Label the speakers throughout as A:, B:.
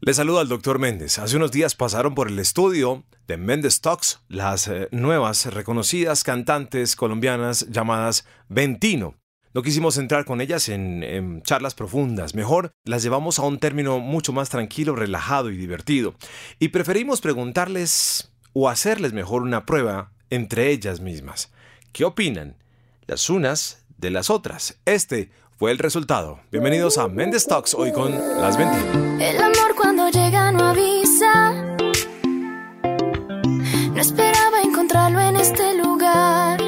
A: Le saluda al doctor Méndez. Hace unos días pasaron por el estudio de Méndez Talks las eh, nuevas reconocidas cantantes colombianas llamadas Ventino. No quisimos entrar con ellas en, en charlas profundas, mejor las llevamos a un término mucho más tranquilo, relajado y divertido. Y preferimos preguntarles o hacerles mejor una prueba entre ellas mismas. ¿Qué opinan las unas de las otras? Este fue el resultado. Bienvenidos a Méndez Talks hoy con las Ventino.
B: El amor cuando llega no avisa. No esperaba encontrarlo en este lugar.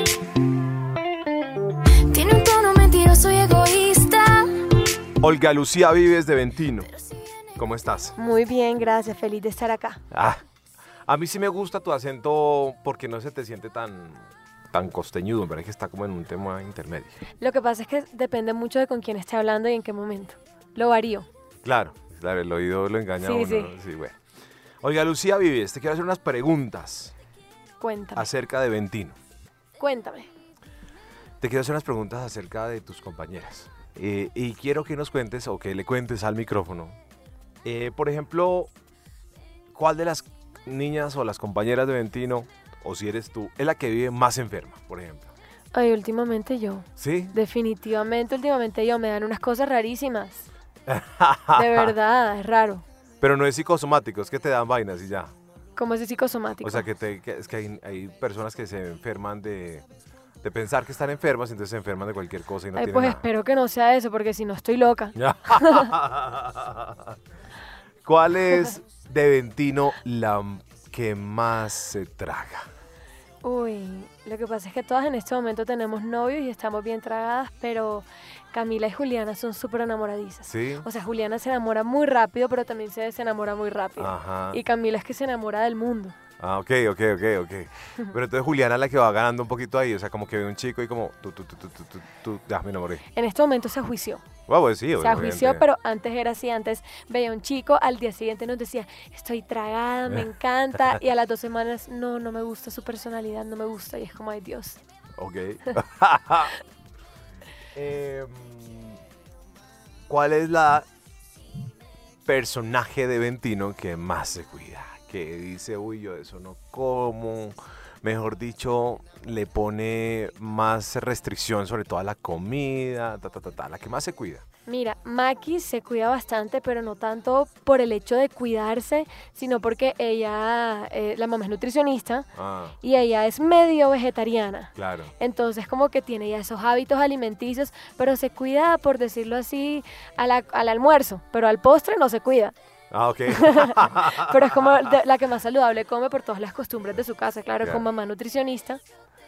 B: Tiene un tono mentiroso y egoísta.
A: Olga Lucía Vives de Ventino. ¿Cómo estás?
C: Muy bien, gracias. Feliz de estar acá.
A: Ah, a mí sí me gusta tu acento porque no se te siente tan, tan costeñudo, me parece que está como en un tema intermedio.
C: Lo que pasa es que depende mucho de con quién esté hablando y en qué momento. Lo varío.
A: Claro, claro, el oído lo engaña a
C: Sí,
A: uno.
C: sí.
A: ¿no? Sí, bueno. Olga Lucía Vives, te quiero hacer unas preguntas
C: Cuéntame.
A: acerca de Ventino.
C: Cuéntame.
A: Te quiero hacer unas preguntas acerca de tus compañeras. Eh, y quiero que nos cuentes o que le cuentes al micrófono. eh, por ejemplo, ¿cuál de las niñas o las compañeras de Ventino, o si eres tú, es la que vive más enferma, por ejemplo?
C: Ay, últimamente yo.
A: ¿Sí?
C: Definitivamente, últimamente yo. Me dan unas cosas rarísimas. De verdad, es raro.
A: Pero no es psicosomático, es que te dan vainas y ya.
C: Como ese psicosomático.
A: O sea, que, te- que- es que hay, hay personas que se enferman de, de pensar que están enfermas, entonces se enferman de cualquier cosa y no
C: Ay,
A: tienen
C: pues
A: nada.
C: espero que no sea eso, porque si no estoy loca.
A: ¿Cuál es de Ventino la que más se traga?
C: Uy, lo que pasa es que todas en este momento tenemos novios y estamos bien tragadas, pero Camila y Juliana son súper enamoradizas.
A: ¿Sí?
C: O sea, Juliana se enamora muy rápido, pero también se desenamora muy rápido.
A: Ajá.
C: Y Camila es que se enamora del mundo.
A: Ah, ok, ok, ok, ok. Pero entonces Juliana es la que va ganando un poquito ahí, o sea, como que ve un chico y como, tú, tú, tú, tú, tú, tú, tú, ya me enamoré.
C: En este momento se juició.
A: Guau, pues sí,
C: se ajuició,
A: obviamente.
C: pero antes era así. Antes veía un chico, al día siguiente nos decía, estoy tragada, me encanta. Y a las dos semanas, no, no me gusta su personalidad, no me gusta. Y es como, ay Dios.
A: Ok. Em, ¿Cuál es la personaje de Ventino que más se cuida? Que dice, uy, yo eso no como. Mejor dicho, le pone más restricción sobre toda la comida, ta, ta, ta, ta, la que más se cuida.
C: Mira, Maki se cuida bastante, pero no tanto por el hecho de cuidarse, sino porque ella, eh, la mamá es nutricionista
A: Ah,
C: y ella es medio vegetariana.
A: claro.
C: Entonces como que tiene ya esos hábitos alimenticios, pero se cuida, por decirlo así, a la- al almuerzo, pero al postre no se cuida.
A: Ah, ok.
C: Pero es como de- la que más saludable come por todas las costumbres de su casa, claro,
A: Claro.
C: con mamá nutricionista.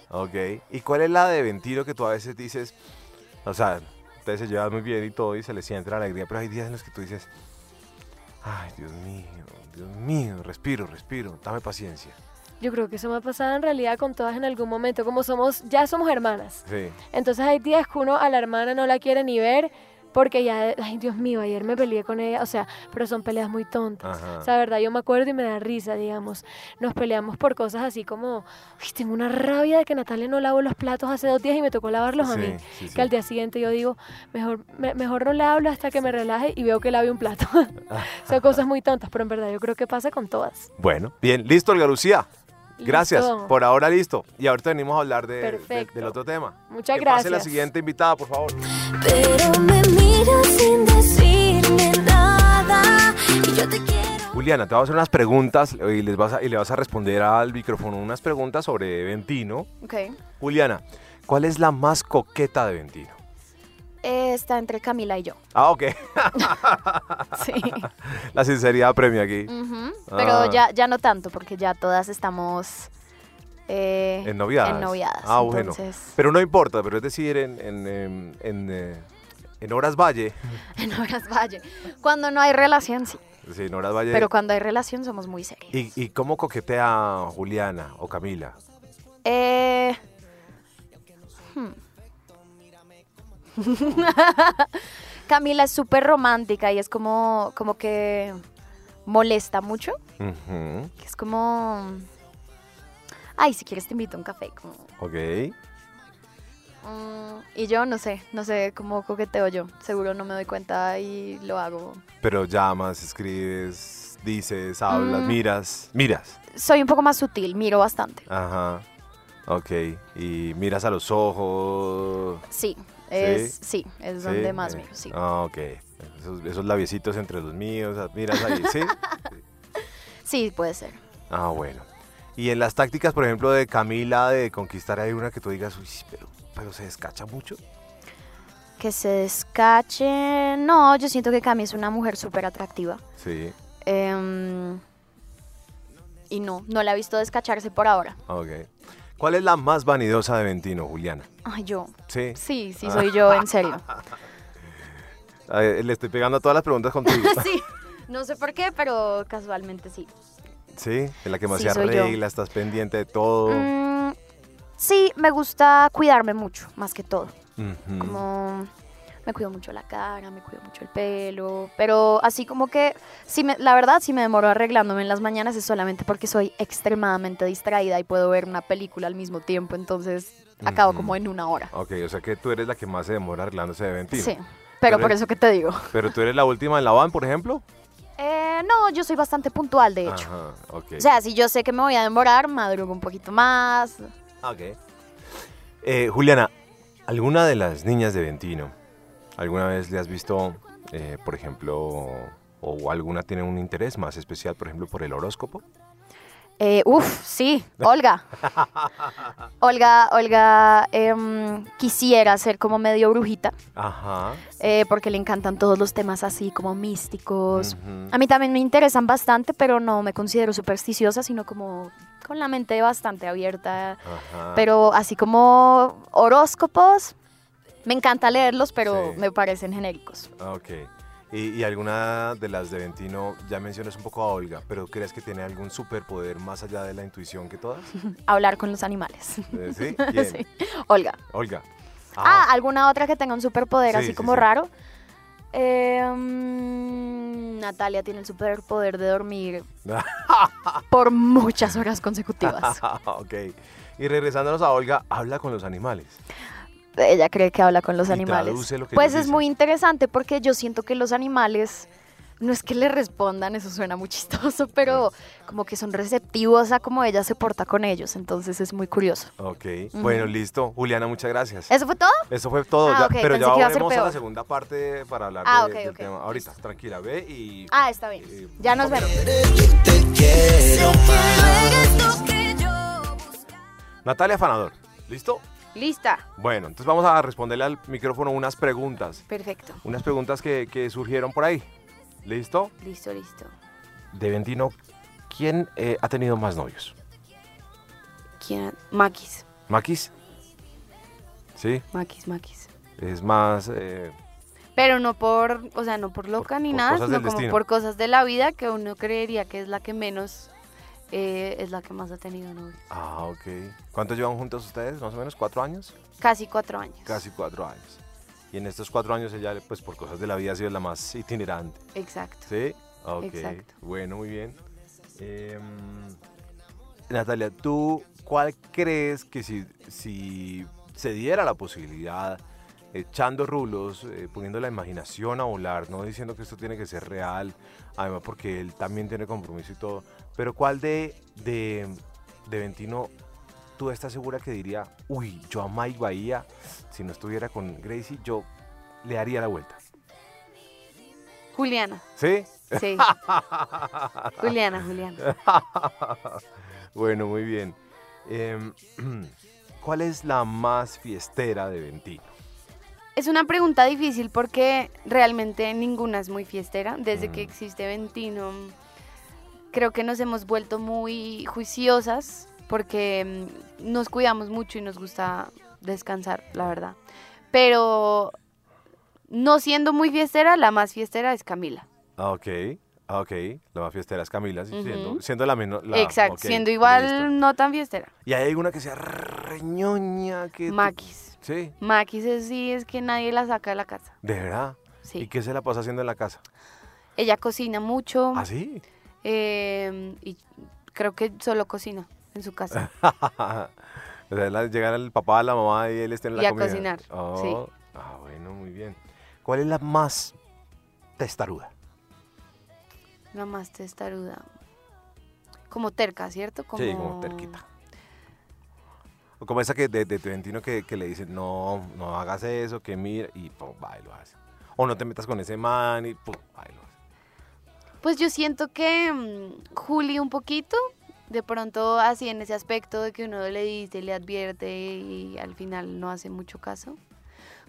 A: ok. ¿Y cuál es la de Ventino que tú a veces dices, o sea, ustedes se llevan muy bien y todo y se les siente la alegría, pero hay días en los que tú dices, ay, Dios mío, Dios mío, respiro, respiro, dame paciencia.
C: Yo creo que eso me ha pasado en realidad con todas en algún momento, como somos, ya somos hermanas.
A: Sí.
C: Entonces hay días que uno a la hermana no la quiere ni ver porque ya, ay Dios mío, ayer me peleé con ella, o sea, pero son peleas muy tontas.
A: Ajá.
C: O sea, la verdad, yo me acuerdo y me da risa, digamos. Nos peleamos por cosas así como, uy, tengo una rabia de que Natalia no lavó los platos hace dos días y me tocó lavarlos a
A: Sí,
C: mí.
A: sí, sí.
C: Que al día siguiente yo digo, mejor, me- mejor no la hablo hasta que me relaje y veo que lave un plato. son cosas muy tontas, pero en verdad yo creo que pasa con todas.
A: Bueno, bien, listo, Olga Lucía. Gracias,
C: Listo.
A: por ahora listo. Y ahorita venimos a hablar de- de-
C: Perfecto.
A: del otro tema.
C: Muchas
A: que Pase la
C: gracias.
A: siguiente invitada, por favor.
B: Pero me miras sin decirme nada. Y yo te quiero.
A: Juliana, te vamos a hacer unas preguntas eh, y, les vas a- y le vas a responder al micrófono unas preguntas sobre Ventino.
D: Ok.
A: Juliana, ¿cuál es la más coqueta de Ventino?
D: Eh, está entre Camila y yo.
A: Ah, ok.
D: Sí.
A: La sinceridad premia aquí.
D: Ujú, Pero
A: Ah.
D: ya, ya no tanto, porque ya todas estamos. eh,
A: En noviadas.
D: En noviadas.
A: Ah, bueno.
D: entonces,
A: Pero no importa, pero es decir, en, en, em, en, eh, en Horas Valle.
D: En horas valle. Cuando no hay relación, sí.
A: Sí, en Horas Valle.
D: Pero cuando hay relación, somos muy serios.
A: ¿Y, y cómo coquetea Juliana o Camila?
D: Eh, hmm. Camila es súper romántica y es como, como que molesta mucho.
A: Ujú,
D: que es como. Ay, si quieres te invito a un café. Como,
A: Ok.
D: Mm, y yo no sé, no sé cómo coqueteo yo. Seguro no me doy cuenta y lo hago.
A: Pero llamas, escribes, dices, hablas,
D: Mm.
A: miras. Miras.
D: Soy un poco más sutil, miro bastante.
A: Ajá. Ok. Y miras a los ojos.
D: Sí, es, sí, es donde más
A: Eh,
D: miro, sí.
A: ah, ok. Esos, esos labiecitos entre los míos, ah, miras ahí, ¿sí?
D: Sí, puede ser.
A: Ah, bueno. Y en las tácticas, por ejemplo, de Camila de conquistar, hay una que tú digas, uy, pero, pero se descacha mucho.
D: Que se descache. No, yo siento que Cami es una mujer súper atractiva.
A: Sí,
D: Em, y no, no la he visto descacharse por ahora.
A: ok. ¿Cuál es la más vanidosa de Ventino, Juliana?
D: Ay, yo.
A: Sí.
D: Sí, sí, soy yo, en serio.
A: A ver, le estoy pegando a todas las preguntas contigo.
D: sí, no sé por qué, pero casualmente sí.
A: sí, en la que más
D: Sí,
A: se
D: soy yo.
A: arregla, estás pendiente de todo.
D: Mm, sí, me gusta cuidarme mucho, más que todo.
A: Ujú.
D: Mm, Como me cuido mucho la cara, me cuido mucho el pelo, pero así como que, si me, la verdad, si me demoro arreglándome en las mañanas es solamente porque soy extremadamente distraída y puedo ver una película al mismo tiempo, entonces acabo
A: Ujú.
D: como en una hora.
A: Ok, o sea que tú eres la que más se demora arreglándose de Ventino.
D: Sí, pero por
A: Pero-
D: eso que te digo.
A: Pero tú eres la última en la van, por ejemplo.
D: Eh, no, yo soy bastante puntual, de hecho.
A: Ajá, Ah, ok.
D: O sea, si yo sé que me voy a demorar, madrugo un poquito más.
A: Ah, Ok. Eh, Juliana, ¿alguna de las niñas de Ventino alguna vez le has visto, eh, por ejemplo, o, alguna tiene un interés más especial, por ejemplo, por el horóscopo?
D: Eh, uf, sí, Olga. Olga, Olga em, quisiera ser como medio brujita,
A: Ajá.
D: eh, porque le encantan todos los temas así como místicos.
A: Ujú.
D: A mí también me interesan bastante, pero no me considero supersticiosa, sino como con la mente bastante abierta.
A: Ajá.
D: Pero así como horóscopos, me encanta leerlos, pero
A: Sí.
D: me parecen genéricos.
A: Ok. Y, y alguna de las de Ventino, ya mencionas un poco a Olga, pero ¿crees que tiene algún superpoder más allá de la intuición que todas?
D: Hablar con los animales.
A: Eh, ¿Sí? ¿Quién?
D: Sí. Olga.
A: Olga.
D: Ah, alguna otra que tenga un superpoder
A: Sí,
D: así
A: sí,
D: como
A: sí.
D: raro. Eh, mm, Natalia tiene el superpoder de dormir
A: Ah,
D: por muchas horas consecutivas.
A: ah, ok. Y regresándonos a Olga, habla con los animales.
D: Ella cree que habla con los
A: Y
D: animales.
A: traduce lo que
D: Pues
A: ellos
D: es muy interesante porque yo siento que los animales no es que le respondan, eso suena muy chistoso, pero como que son receptivos a cómo ella se porta con ellos, entonces es muy curioso.
A: Ok, bueno, listo. Juliana, muchas gracias.
D: ¿Eso fue todo?
A: Eso fue todo,
D: Ah,
A: ya-
D: ok,
A: pero
D: pensé
A: ya
D: que iba a ser
A: volvemos a, la
D: peor.
A: segunda parte para hablar
D: Ah,
A: de-
D: ok,
A: del
D: ok,
A: tema. Ahorita, tranquila, ve y...
D: Ah, está bien.
A: Eh,
D: Ya nos vemos.
B: Sé que no eres tú que yo buscaba.
A: Natalia Fanador, ¿listo?
E: Lista.
A: Bueno, entonces vamos a responderle al micrófono unas preguntas.
E: Perfecto.
A: Unas preguntas que, que surgieron por ahí. ¿Listo?
E: Listo, listo.
A: De Ventino, ¿quién eh, ha tenido más novios?
E: ¿Quién? Maquis.
A: ¿Maquis? Sí,
E: Maquis, Maquis.
A: es más... eh,
E: Pero no por, o sea, no por loca
A: Por-
E: ni
A: por
E: nada,
A: cosas
E: sino
A: del
E: como
A: destino.
E: por cosas de la vida que uno creería que es la que menos, eh, es la que más ha tenido novio.
A: ah, ok. ¿Cuánto llevan juntos ustedes? ¿Más o menos cuatro años?
E: Casi cuatro años.
A: Casi cuatro años. Y en estos cuatro años ella, pues por cosas de la vida, ha sido la más itinerante.
E: Exacto.
A: ¿Sí? Ok.
E: Exacto.
A: Bueno, muy bien. Em, Natalia, ¿tú cuál crees que si, si se diera la posibilidad, echando rulos, eh, poniendo la imaginación a volar, no diciendo que esto tiene que ser real, además porque él también tiene compromiso y todo, pero cuál de, de, de Ventino tú estás segura que diría, uy, yo a Mike Bahía, si no estuviera con Gracie, yo le daría la vuelta?
E: Juliana.
A: ¿Sí?
E: Sí. Juliana, Juliana.
A: Bueno, muy bien. Em, ¿Cuál es la más fiestera de Ventino?
E: Es una pregunta difícil porque realmente ninguna es muy fiestera. Desde
A: Mm.
E: que existe Ventino, creo que nos hemos vuelto muy juiciosas porque mm, nos cuidamos mucho y nos gusta descansar, la verdad. Pero no siendo muy fiestera, la más fiestera es Camila.
A: Ah, Ok, ah, ok. La más fiestera es Camila, sí, siendo,
E: Ujú.
A: siendo la menos. la-
E: Exacto,
A: ok,
E: siendo igual
A: listo.
E: no tan fiestera.
A: ¿Y hay alguna que sea reñoña? Que tú-
E: Maquis.
A: Sí,
E: Maquis es- sí es que nadie la saca de la casa.
A: de verdad.
E: Sí.
A: ¿Y qué se la pasa haciendo en la casa?
E: Ella cocina mucho.
A: ¿Ah, sí?
D: em,
A: Ah.
E: Eh, y creo que solo cocina en su casa.
A: O sea, la- llegan el papá, la mamá y él estén en la
D: Y a
A: comida.
D: cocinar,
A: Oh,
D: sí.
A: Ah, bueno, muy bien. ¿Cuál es la más testaruda?
D: La más testaruda. Como terca, ¿cierto? Como...
A: Sí, como terquita. O como esa que de, de Trentino que, que le dicen, no, no hagas eso, que mira, y pum, va y lo hace. O no te metas con ese man y pum, va y lo hace.
D: Pues yo siento que mm, Juli un poquito, de pronto así en ese aspecto de que uno le dice, le advierte y al final no hace mucho caso.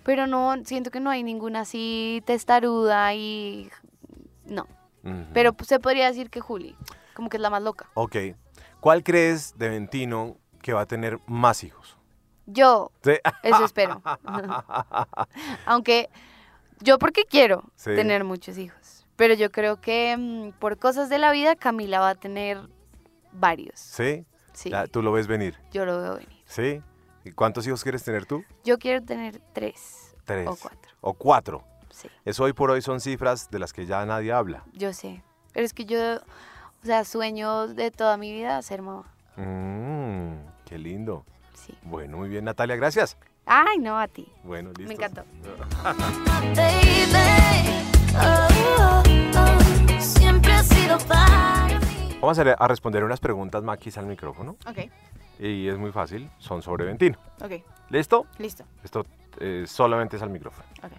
D: Pero no, siento que no hay ninguna así testaruda y no.
A: Mm. Ujú.
D: Pero pues, se podría decir que Juli, como que es la más loca.
A: Ok. ¿Cuál crees de Ventino que va a tener más hijos?
D: Yo,
A: Sí.
D: eso espero. Aunque yo porque quiero
A: Sí.
D: tener muchos hijos. Pero yo creo que mm, por cosas de la vida Camila va a tener varios.
A: ¿Sí?
D: Sí,
A: Ya, Tú lo ves venir.
D: yo lo veo venir.
A: ¿Sí? ¿Y cuántos hijos quieres tener tú?
D: Yo quiero tener tres
A: Tres.
D: o cuatro.
A: O cuatro.
D: Sí,
A: Eso hoy por hoy son cifras de las que ya nadie habla.
D: yo sé. Pero es que yo, o sea, sueño de toda mi vida ser mamá.
A: Mm, qué lindo.
D: Sí.
A: Bueno, muy bien, Natalia, gracias.
D: Ay, no, a ti.
A: Bueno, listo.
D: Me encantó.
B: Baby, oh, oh, oh, siempre ha sido para mí.
A: Vamos a, re- a responder unas preguntas, Maquis, al micrófono.
F: Ok,
A: Y es muy fácil, son sobre Ventino.
F: ok,
A: ¿Listo?
F: listo.
A: Esto eh, solamente es al micrófono.
F: Ok.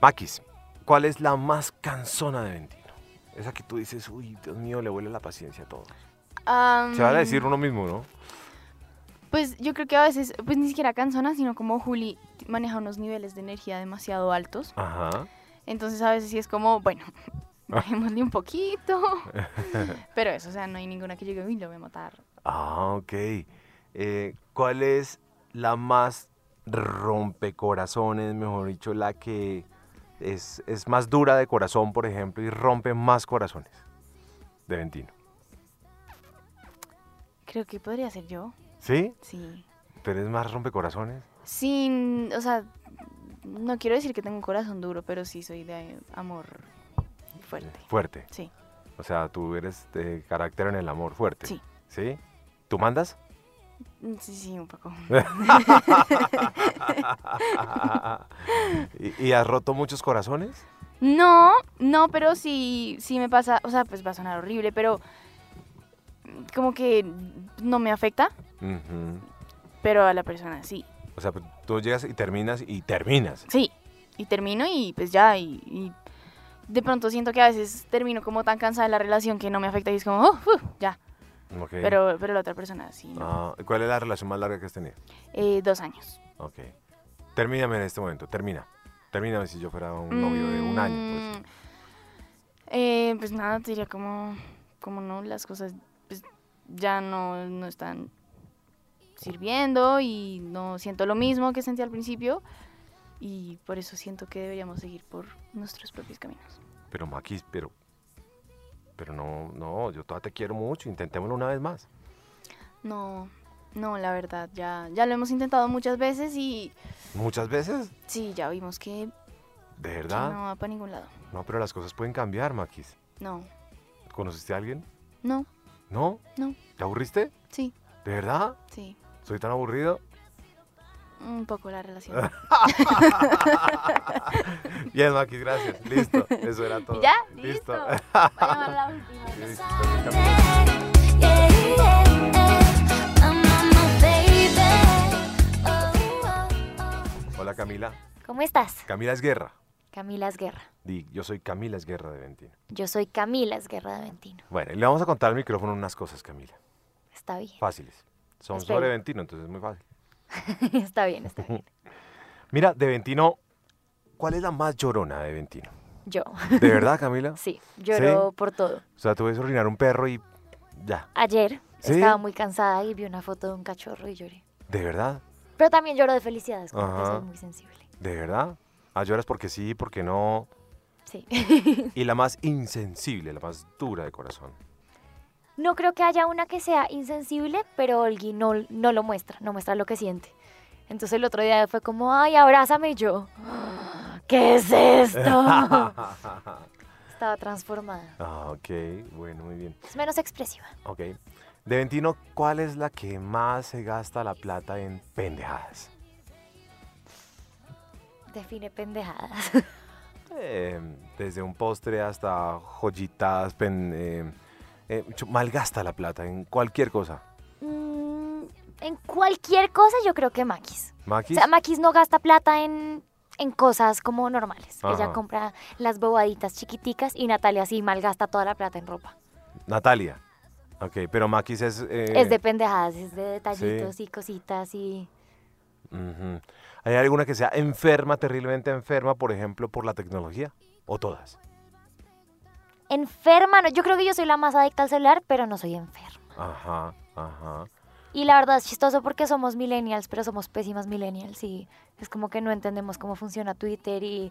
A: Maquis, ¿cuál es la más cansona de Ventino? Esa que tú dices, uy, Dios mío, le huele la paciencia a todos. Se
F: Mm.
A: van a decir uno mismo, ¿no?
F: Pues yo creo que a veces, pues ni siquiera cansona, sino como Juli maneja unos niveles de energía demasiado altos.
A: Ajá.
F: Entonces a veces sí es como, bueno, bajémosle un poquito. Pero eso, o sea, no hay ninguna que llegue y lo voy a matar.
A: Ah, ok. Eh, ¿Cuál es la más rompecorazones, mejor dicho, la que es, es más dura de corazón, por ejemplo, y rompe más corazones? De Ventino.
F: Creo que podría ser yo,
A: ¿Sí?
F: sí.
A: ¿Tú eres más rompecorazones?
F: Sin, o sea, no quiero decir que tengo un corazón duro, pero sí soy de amor fuerte.
A: Fuerte.
F: Sí.
A: O sea, tú eres de carácter en el amor fuerte.
F: Sí.
A: ¿Sí? ¿Tú mandas?
F: Mm, Sí, sí, un poco.
A: ¿Y, y has roto muchos corazones?
F: No, no, pero sí, sí me pasa, o sea, pues va a sonar horrible, pero mm, como que no me afecta,
A: Ujú.
F: pero a la persona sí.
A: O sea, pues, tú llegas y terminas y terminas.
F: Sí, y termino y pues ya, y, y de pronto siento que a veces termino como tan cansada de la relación que no me afecta y es como, "Oh, uh, ya,
A: Ok.
F: pero, pero la otra persona sí. no.
A: Ah, ¿Cuál es la relación más larga que has tenido?
F: Eh, dos años.
A: Ok. Termíname en este momento, termina. Termíname si yo fuera un novio de un año. pues.
F: Mm, eh, pues nada, te diría como, como no, las cosas pues, ya no, no están sirviendo y no siento lo mismo que sentí al principio y por eso siento que deberíamos seguir por nuestros propios caminos.
A: Pero Maquis, pero... Pero no, no, yo todavía te quiero mucho, intentémoslo una vez más.
F: No, no, la verdad, ya, ya lo hemos intentado muchas veces y
A: Muchas veces,
F: sí, ya vimos que,
A: de
F: que
A: verdad.
F: no va para ningún lado.
A: No, pero las cosas pueden cambiar, Maquis.
F: No,
A: ¿Conociste a alguien?
F: no,
A: ¿No?
F: No.
A: ¿Te aburriste?
F: sí,
A: ¿De verdad?
F: sí,
A: ¿Soy tan aburrido?
F: un poco la relación.
A: Bien, Maquis, gracias. Listo, eso era todo.
F: ¿Ya?
A: Listo.
B: Yeah, yeah, yeah. I'm on my baby. Oh, oh, oh.
A: Hola, Camila.
G: ¿Cómo estás?
A: Camila Esguerra.
G: Camila Guerra.
A: Di, Yo soy Camila Esguerra de Ventino.
G: Yo soy Camila Guerra de Ventino.
A: Bueno, y le vamos a contar al micrófono unas cosas, Camila.
G: Está bien.
A: Fáciles. Son
G: Espero.
A: sobre Ventino, entonces es muy fácil.
G: está bien, está bien.
A: Mira, de Ventino, ¿cuál es la más llorona de Ventino?
G: Yo,
A: ¿De verdad, Camila?
G: sí, lloro por todo.
A: O sea, tú ves orinar un perro y ya.
G: Ayer
A: ¿Sí?
G: estaba muy cansada y vi una foto de un cachorro y lloré.
A: ¿De verdad?
G: Pero también lloro de felicidad, es como que
A: Ajá.
G: soy muy sensible.
A: ¿De verdad? Ah, lloras porque sí, porque no.
G: Sí.
A: Y la más insensible, la más dura de corazón.
G: No creo que haya una que sea insensible, pero Olgui no, no lo muestra, no muestra lo que siente. Entonces el otro día fue como, ay, abrázame y yo. ¿Qué es esto?
A: ah,
G: Estaba transformada.
A: ok, Ah, bueno, muy bien.
G: Es menos expresiva.
A: Ok. De Ventino, ¿cuál es la que más se gasta la plata en pendejadas?
G: Define pendejadas.
A: Eh, desde un postre hasta joyitas, pen- eh, eh, chu- malgasta la plata en cualquier cosa.
G: Mm, en cualquier cosa yo creo que Maquis. O
A: Maquis,
G: sea, Maquis no gasta plata en, en cosas como normales.
A: Ajá.
G: Ella compra las bobaditas chiquiticas y Natalia sí malgasta toda la plata en ropa.
A: Natalia. Ok, pero Maquis es... eh,
G: Es de pendejadas, es de detallitos y cositas y...
A: ujú. ¿Hay alguna que sea enferma, terriblemente enferma, por ejemplo, por la tecnología? ¿O todas?
G: Enferma, no, yo creo que yo soy la más adicta al celular, pero no soy enferma.
A: Ajá, ajá.
G: Y la verdad es chistoso porque somos millennials, pero somos pésimas millennials y es como que no entendemos cómo funciona Twitter y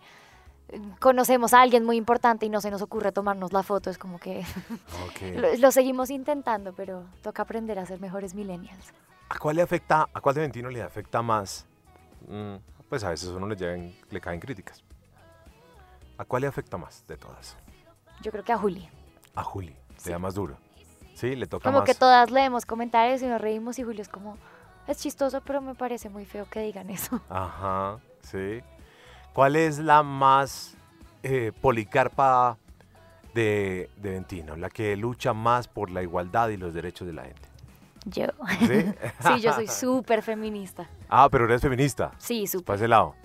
G: eh, conocemos a alguien muy importante y no se nos ocurre tomarnos la foto. Es como que
A: ok.
G: lo, lo seguimos intentando, pero toca aprender a ser mejores millennials.
A: ¿A cuál le afecta, a cuál de Ventino le afecta más? Mm, pues a veces uno le, llegan, le caen críticas. ¿A cuál le afecta más de todas?
G: Yo creo que a Juli.
A: A Juli, le da más duro. Sí, le toca
G: Como
A: más.
G: que todas leemos comentarios y nos reímos y Julio es como, es chistoso, pero me parece muy feo que digan eso.
A: Ajá, sí. ¿Cuál es la más eh, policarpa de, de Ventino? La que lucha más por la igualdad y los derechos de la gente.
G: Yo.
A: ¿Sí?
G: Sí, yo soy súper feminista.
A: ah, pero eres feminista.
G: Sí, súper.
A: Para ese lado.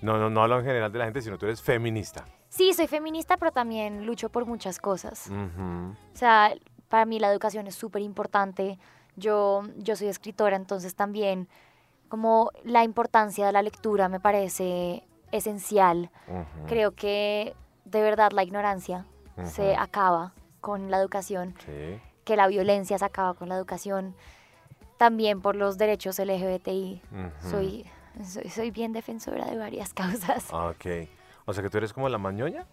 A: No, no, no hablo en general de la gente, sino tú eres feminista.
G: Sí, soy feminista, pero también lucho por muchas
A: Mm.
G: cosas.
A: Ujú.
G: O sea, para mí la educación es súper importante. Yo, yo soy escritora, entonces también como la importancia de la lectura me parece esencial.
A: Ujú.
G: Creo que de verdad la ignorancia se
A: Ujú.
G: acaba con la educación.
A: Sí.
G: que la violencia se acaba con la educación, también por los derechos LGBTI.
A: Ujú.
G: soy, soy, soy bien defensora de varias
A: Ah.
G: causas.
A: Ok. O sea que tú eres como la mañoña.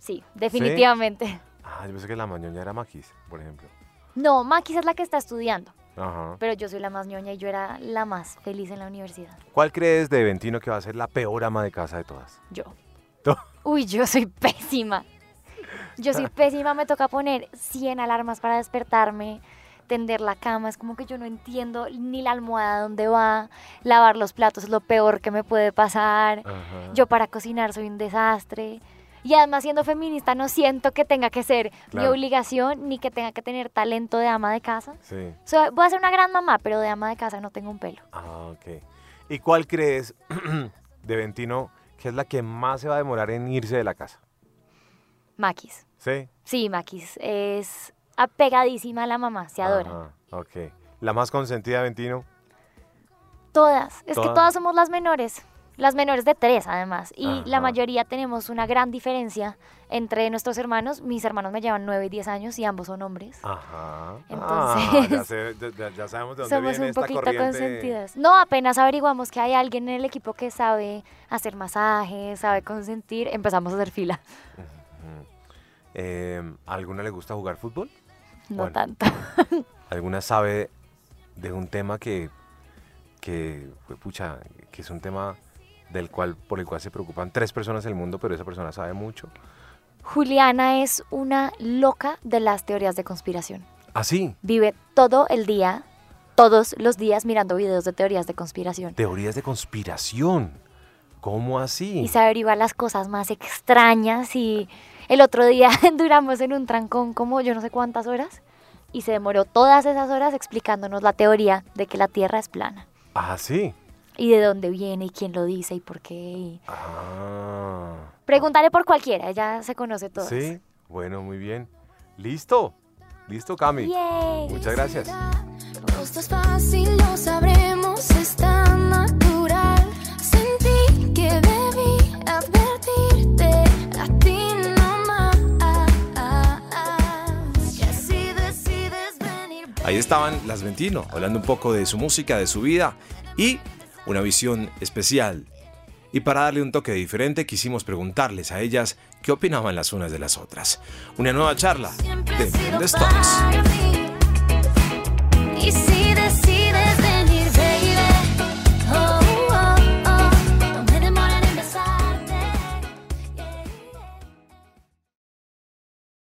G: Sí, definitivamente.
A: Ah, yo pensé que la mañoña era Maquis, por ejemplo.
G: No, Maquis es la que está estudiando,
A: Ajá.
G: pero yo soy la más ñoña y yo era la más feliz en la universidad.
A: ¿Cuál crees de Ventino que va a ser la peor ama de casa de todas?
G: Yo.
A: Tú.
G: Uy, yo soy pésima. Yo soy pésima, me toca poner 100 alarmas para despertarme, tender la cama, es como que yo no entiendo ni la almohada dónde va, lavar los platos es lo peor que me puede pasar.
A: Ajá.
G: Yo para cocinar soy un desastre. Y además siendo feminista no siento que tenga que ser
A: Claro.
G: mi obligación ni que tenga que tener talento de ama de casa.
A: Sí.
G: O sea, voy a ser una gran mamá, pero de ama de casa no tengo un pelo.
A: Ah, ok. ¿Y cuál crees de Ventino que es la que más se va a demorar en irse de la casa?
G: Maquis.
A: Sí.
G: Sí, Maquis. Es apegadísima a la mamá, se adora.
A: Ajá, ok. La más consentida de Ventino.
G: Todas. Es
A: Todas.
G: que todas somos las menores. Las menores de tres, además. Y
A: Ajá.
G: la mayoría tenemos una gran diferencia entre nuestros hermanos. Mis hermanos me llevan 9 y 10 años y ambos son hombres.
A: Ajá. Ah,
G: Entonces-
A: ya, sé- ya- ya- ya sabemos de dónde
G: Somos
A: viene
G: un
A: esta
G: poquito
A: corriente.
G: consentidas. No, apenas averiguamos que hay alguien en el equipo que sabe hacer masajes, sabe consentir, empezamos a hacer fila.
A: Eh, ¿Alguna le gusta jugar fútbol?
G: No
A: Bueno.
G: tanto.
A: ¿Alguna sabe de un tema que, que, pues, pucha, que es un tema del cual, por el cual se preocupan tres personas del mundo, pero esa persona sabe mucho?
G: Juliana es una loca de las teorías de conspiración.
A: Ah, sí,
G: Vive todo el día, todos los días mirando videos de teorías de conspiración.
A: teorías de conspiración. ¿Cómo así?
G: Y se averigua las cosas más extrañas y el otro día duramos en un trancón como yo no sé cuántas horas y se demoró todas esas horas explicándonos la teoría de que la Tierra es plana.
A: Ah, sí.
G: y de dónde viene y quién lo dice y por qué. y-
A: Ah.
G: Preguntaré por cualquiera, ella se conoce todas.
A: Sí, bueno, muy bien. Listo. Listo, Cami.
G: Yay.
A: Muchas gracias.
B: Esto es fácil, lo sabremos, es tan natural. Sentí que debí advertirte a ti nomás. Y así decides venir.
H: Ahí estaban las Ventino, hablando un poco de su música, de su vida y una visión especial. Y para darle un toque diferente, quisimos preguntarles a ellas qué opinaban las unas de las otras. Una nueva charla de
B: Siempre he sido
H: Mendes Talks.
B: para mí. Oh,